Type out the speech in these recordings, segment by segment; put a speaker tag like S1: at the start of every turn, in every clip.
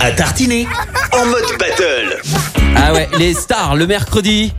S1: à tartiner en mode battle.
S2: Ah ouais, les stars le mercredi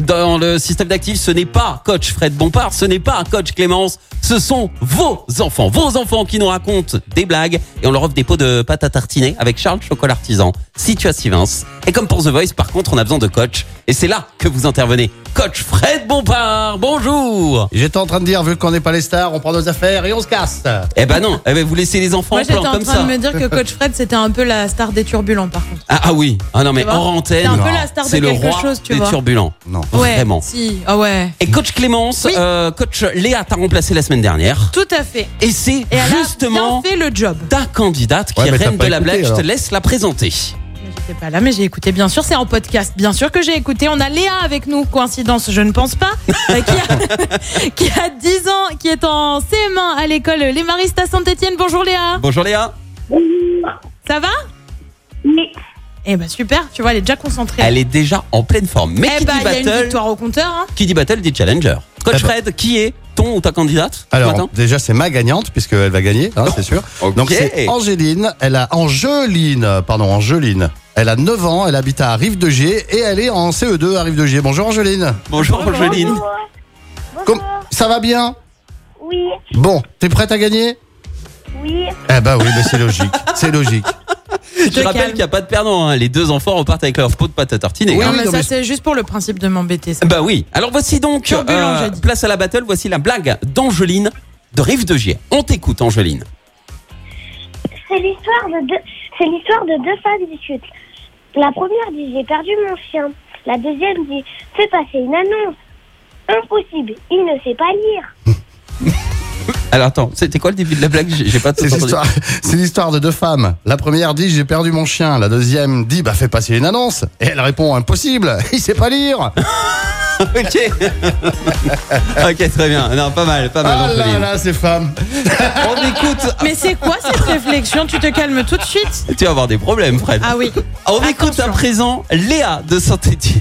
S2: dans le système d'actifs, ce n'est pas coach Fred Bompard, ce n'est pas coach Clémence, ce sont vos enfants, vos enfants qui nous racontent des blagues et on leur offre des pots de pâte à tartiner avec Charles Chocolat Artisan, situé à Sivins. Et comme pour The Voice, par contre, on a besoin de coach et c'est là que vous intervenez. Coach Fred Bompard, bonjour.
S3: J'étais en train de dire, vu qu'on n'est pas les stars, on prend nos affaires et on se casse.
S2: Eh ben non, eh ben vous laissez les enfants
S4: Moi,
S2: en
S4: j'étais
S2: plan
S4: en
S2: comme
S4: train
S2: ça.
S4: de me dire que Coach Fred, c'était un peu la star des turbulents, par contre.
S2: Ah, ah oui, ah non mais
S4: Tu vois
S2: hors
S4: C'était
S2: antenne,
S4: un peu la star de
S2: c'est le
S4: quelque
S2: roi
S4: chose, tu
S2: des
S4: vois.
S2: turbulents.
S3: Non.
S4: Ouais,
S2: Vraiment.
S4: Si, ah ouais.
S2: Et coach Clémence,
S4: Oui.
S2: euh, coach Léa t'a remplacé la semaine dernière.
S4: Tout à fait.
S2: Et c'est
S4: Et elle
S2: justement
S4: a bien fait le job.
S2: ta candidate qui
S3: Ouais,
S2: est
S3: mais t'as
S2: reine de
S3: pas
S2: la
S3: écouté,
S2: blague. Je te
S3: alors.
S2: laisse la présenter.
S4: J'étais pas là, mais j'ai écouté, bien sûr. C'est en podcast, bien sûr que j'ai écouté. On a Léa avec nous, coïncidence, je ne pense pas, euh, qui, a, qui a 10 ans, qui est en CM1 à l'école Les Maristes à Saint-Etienne. Bonjour Léa.
S2: Bonjour Léa.
S4: Ça va
S5: Oui.
S4: Eh ben super, tu vois, elle est déjà concentrée.
S2: Elle est déjà en pleine forme. Mais
S4: eh
S2: qui
S4: ben,
S2: dit
S4: il y a une
S2: battle,
S4: victoire au compteur. hein.
S2: qui dit battle dit challenger. Coach
S3: Ah bah.
S2: Fred, qui est ton ou ta candidate ce
S3: Alors,
S2: matin
S3: déjà, c'est ma gagnante, puisqu'elle va gagner, hein, c'est sûr.
S2: Ok.
S3: Donc, c'est Angéline. Elle a Angeline, euh, pardon, Angeline. Elle a 9 ans, elle habite à Rive de Gier et elle est en CE2 à Rive de Gier. Bonjour Angeline.
S2: Bonjour Angeline.
S5: Bonjour.
S3: Com- ça va bien
S5: Oui,
S3: Bon, t'es prête à gagner
S5: oui,
S3: Eh bah oui, mais c'est logique. C'est logique.
S2: Je
S4: te
S2: rappelle
S4: calme.
S2: qu'il n'y a pas de perdant. hein. Les deux enfants repartent avec leur pot de pâte à tartiner.
S3: Oui,
S2: hein.
S4: Non, mais
S3: non,
S4: ça,
S3: mais-
S4: c'est juste pour le principe de m'embêter. ça.
S2: Bah oui. Alors voici donc
S4: Turbulent,
S2: euh,
S4: j'ai dit.
S2: place à la battle. Voici la blague d'Angeline de Rive de Gier. On t'écoute Angeline.
S5: c'est l'histoire de deux, c'est l'histoire de deux femmes discutent. La première dit j'ai perdu mon chien. La deuxième dit fais passer une annonce. Impossible, il ne sait pas lire.
S2: Alors attends, c'était quoi le début de la blague J'ai j'ai pas tout
S3: C'est
S2: entendu.
S3: l'histoire, c'est l'histoire de deux femmes. La première dit j'ai perdu mon chien. La deuxième dit bah fais passer une annonce. Et elle répond impossible, il sait pas lire.
S2: Ah, Ok. ok, très bien. Non, pas mal, pas mal.
S3: Ah là
S2: Angeline.
S3: là, ces femmes.
S2: On écoute.
S4: Mais c'est quoi cette réflexion Tu te calmes tout de suite
S2: Tu vas avoir des problèmes, Fred.
S4: Ah oui.
S2: On écoute
S4: attention.
S2: à présent Léa de Saint-Etienne,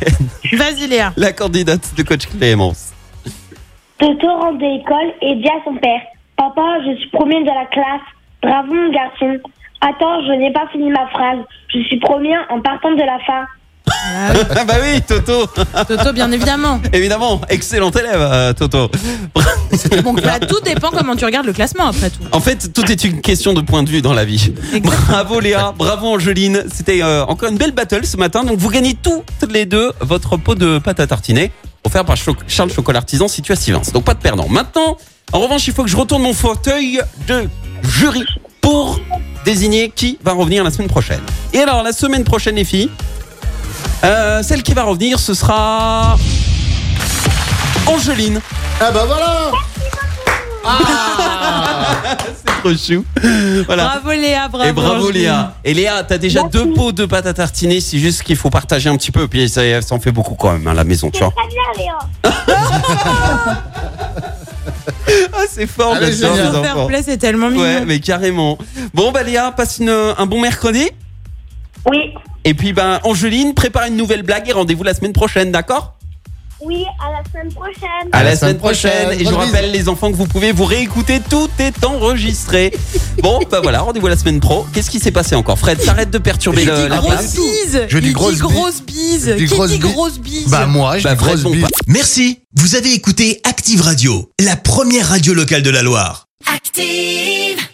S4: Vas-y Léa.
S2: la candidate de coach Clémence.
S5: Toto rentre de l'école et dit à son père Papa, je suis premier de la classe. Bravo mon garçon. Attends, je n'ai pas fini ma phrase. Je suis premier en partant de la fin.
S4: Ah oui,
S2: Ah bah oui, Toto,
S4: Toto, bien évidemment.
S2: évidemment, excellent élève, euh, Toto.
S4: Bah, tout dépend comment tu regardes le classement après tout.
S2: En fait, tout est une question de point de vue dans la vie.
S4: Exact.
S2: Bravo Léa, bravo Angeline. C'était euh, encore une belle battle ce matin. Donc vous gagnez toutes les deux votre pot de pâte à tartiner offert par Cho- Charles Chocolat Artisan situé à Sivins. Donc pas de perdant. Maintenant, en revanche, il faut que je retourne mon fauteuil de jury pour désigner qui va revenir la semaine prochaine. Et alors la semaine prochaine les filles, euh, celle qui va revenir ce sera Angeline.
S3: Ah bah voilà Ah
S2: Trop chou. Voilà.
S4: Bravo Léa, bravo.
S2: Et bravo
S4: Angeline.
S2: Léa. Et Léa, t'as déjà
S5: Merci.
S2: deux pots de pâte à tartiner, c'est juste qu'il faut partager un petit peu. Puis ça, ça en fait beaucoup quand même à la maison, tu vois.
S5: Très bien, Léon.
S2: Ah, c'est fort,
S3: Ah, mais
S2: j'adore
S3: génial.
S2: les
S4: Le fair
S2: enfants.
S4: play, c'est tellement mignon.
S2: Ouais, mais carrément. Bon, bah Léa, passe une- un bon mercredi.
S5: Oui,
S2: Et puis, ben, Angeline, prépare une nouvelle blague et rendez-vous la semaine prochaine, d'accord
S5: oui, à la semaine prochaine.
S2: À la semaine prochaine. Et je
S3: Bonne
S2: rappelle, les enfants, que vous pouvez vous réécouter. Tout est enregistré. Bon, bah voilà, rendez-vous la semaine pro. Qu'est-ce qui s'est passé encore Fred, t'arrêtes de perturber
S4: Il
S2: le-
S4: dit
S2: la
S4: grosse
S2: place.
S4: bise.
S3: Je dis
S4: Il
S3: grosse
S4: dit
S3: bise.
S4: grosse bise.
S3: Je dis
S4: Qui
S3: grosse
S4: dit
S3: bise.
S4: grosse bise
S3: Bah moi, je
S2: Bah,
S3: dis
S2: Fred,
S3: grosse
S2: bon,
S3: bise.
S1: Merci, vous avez écouté Active Radio, la première radio locale de la Loire.
S6: active.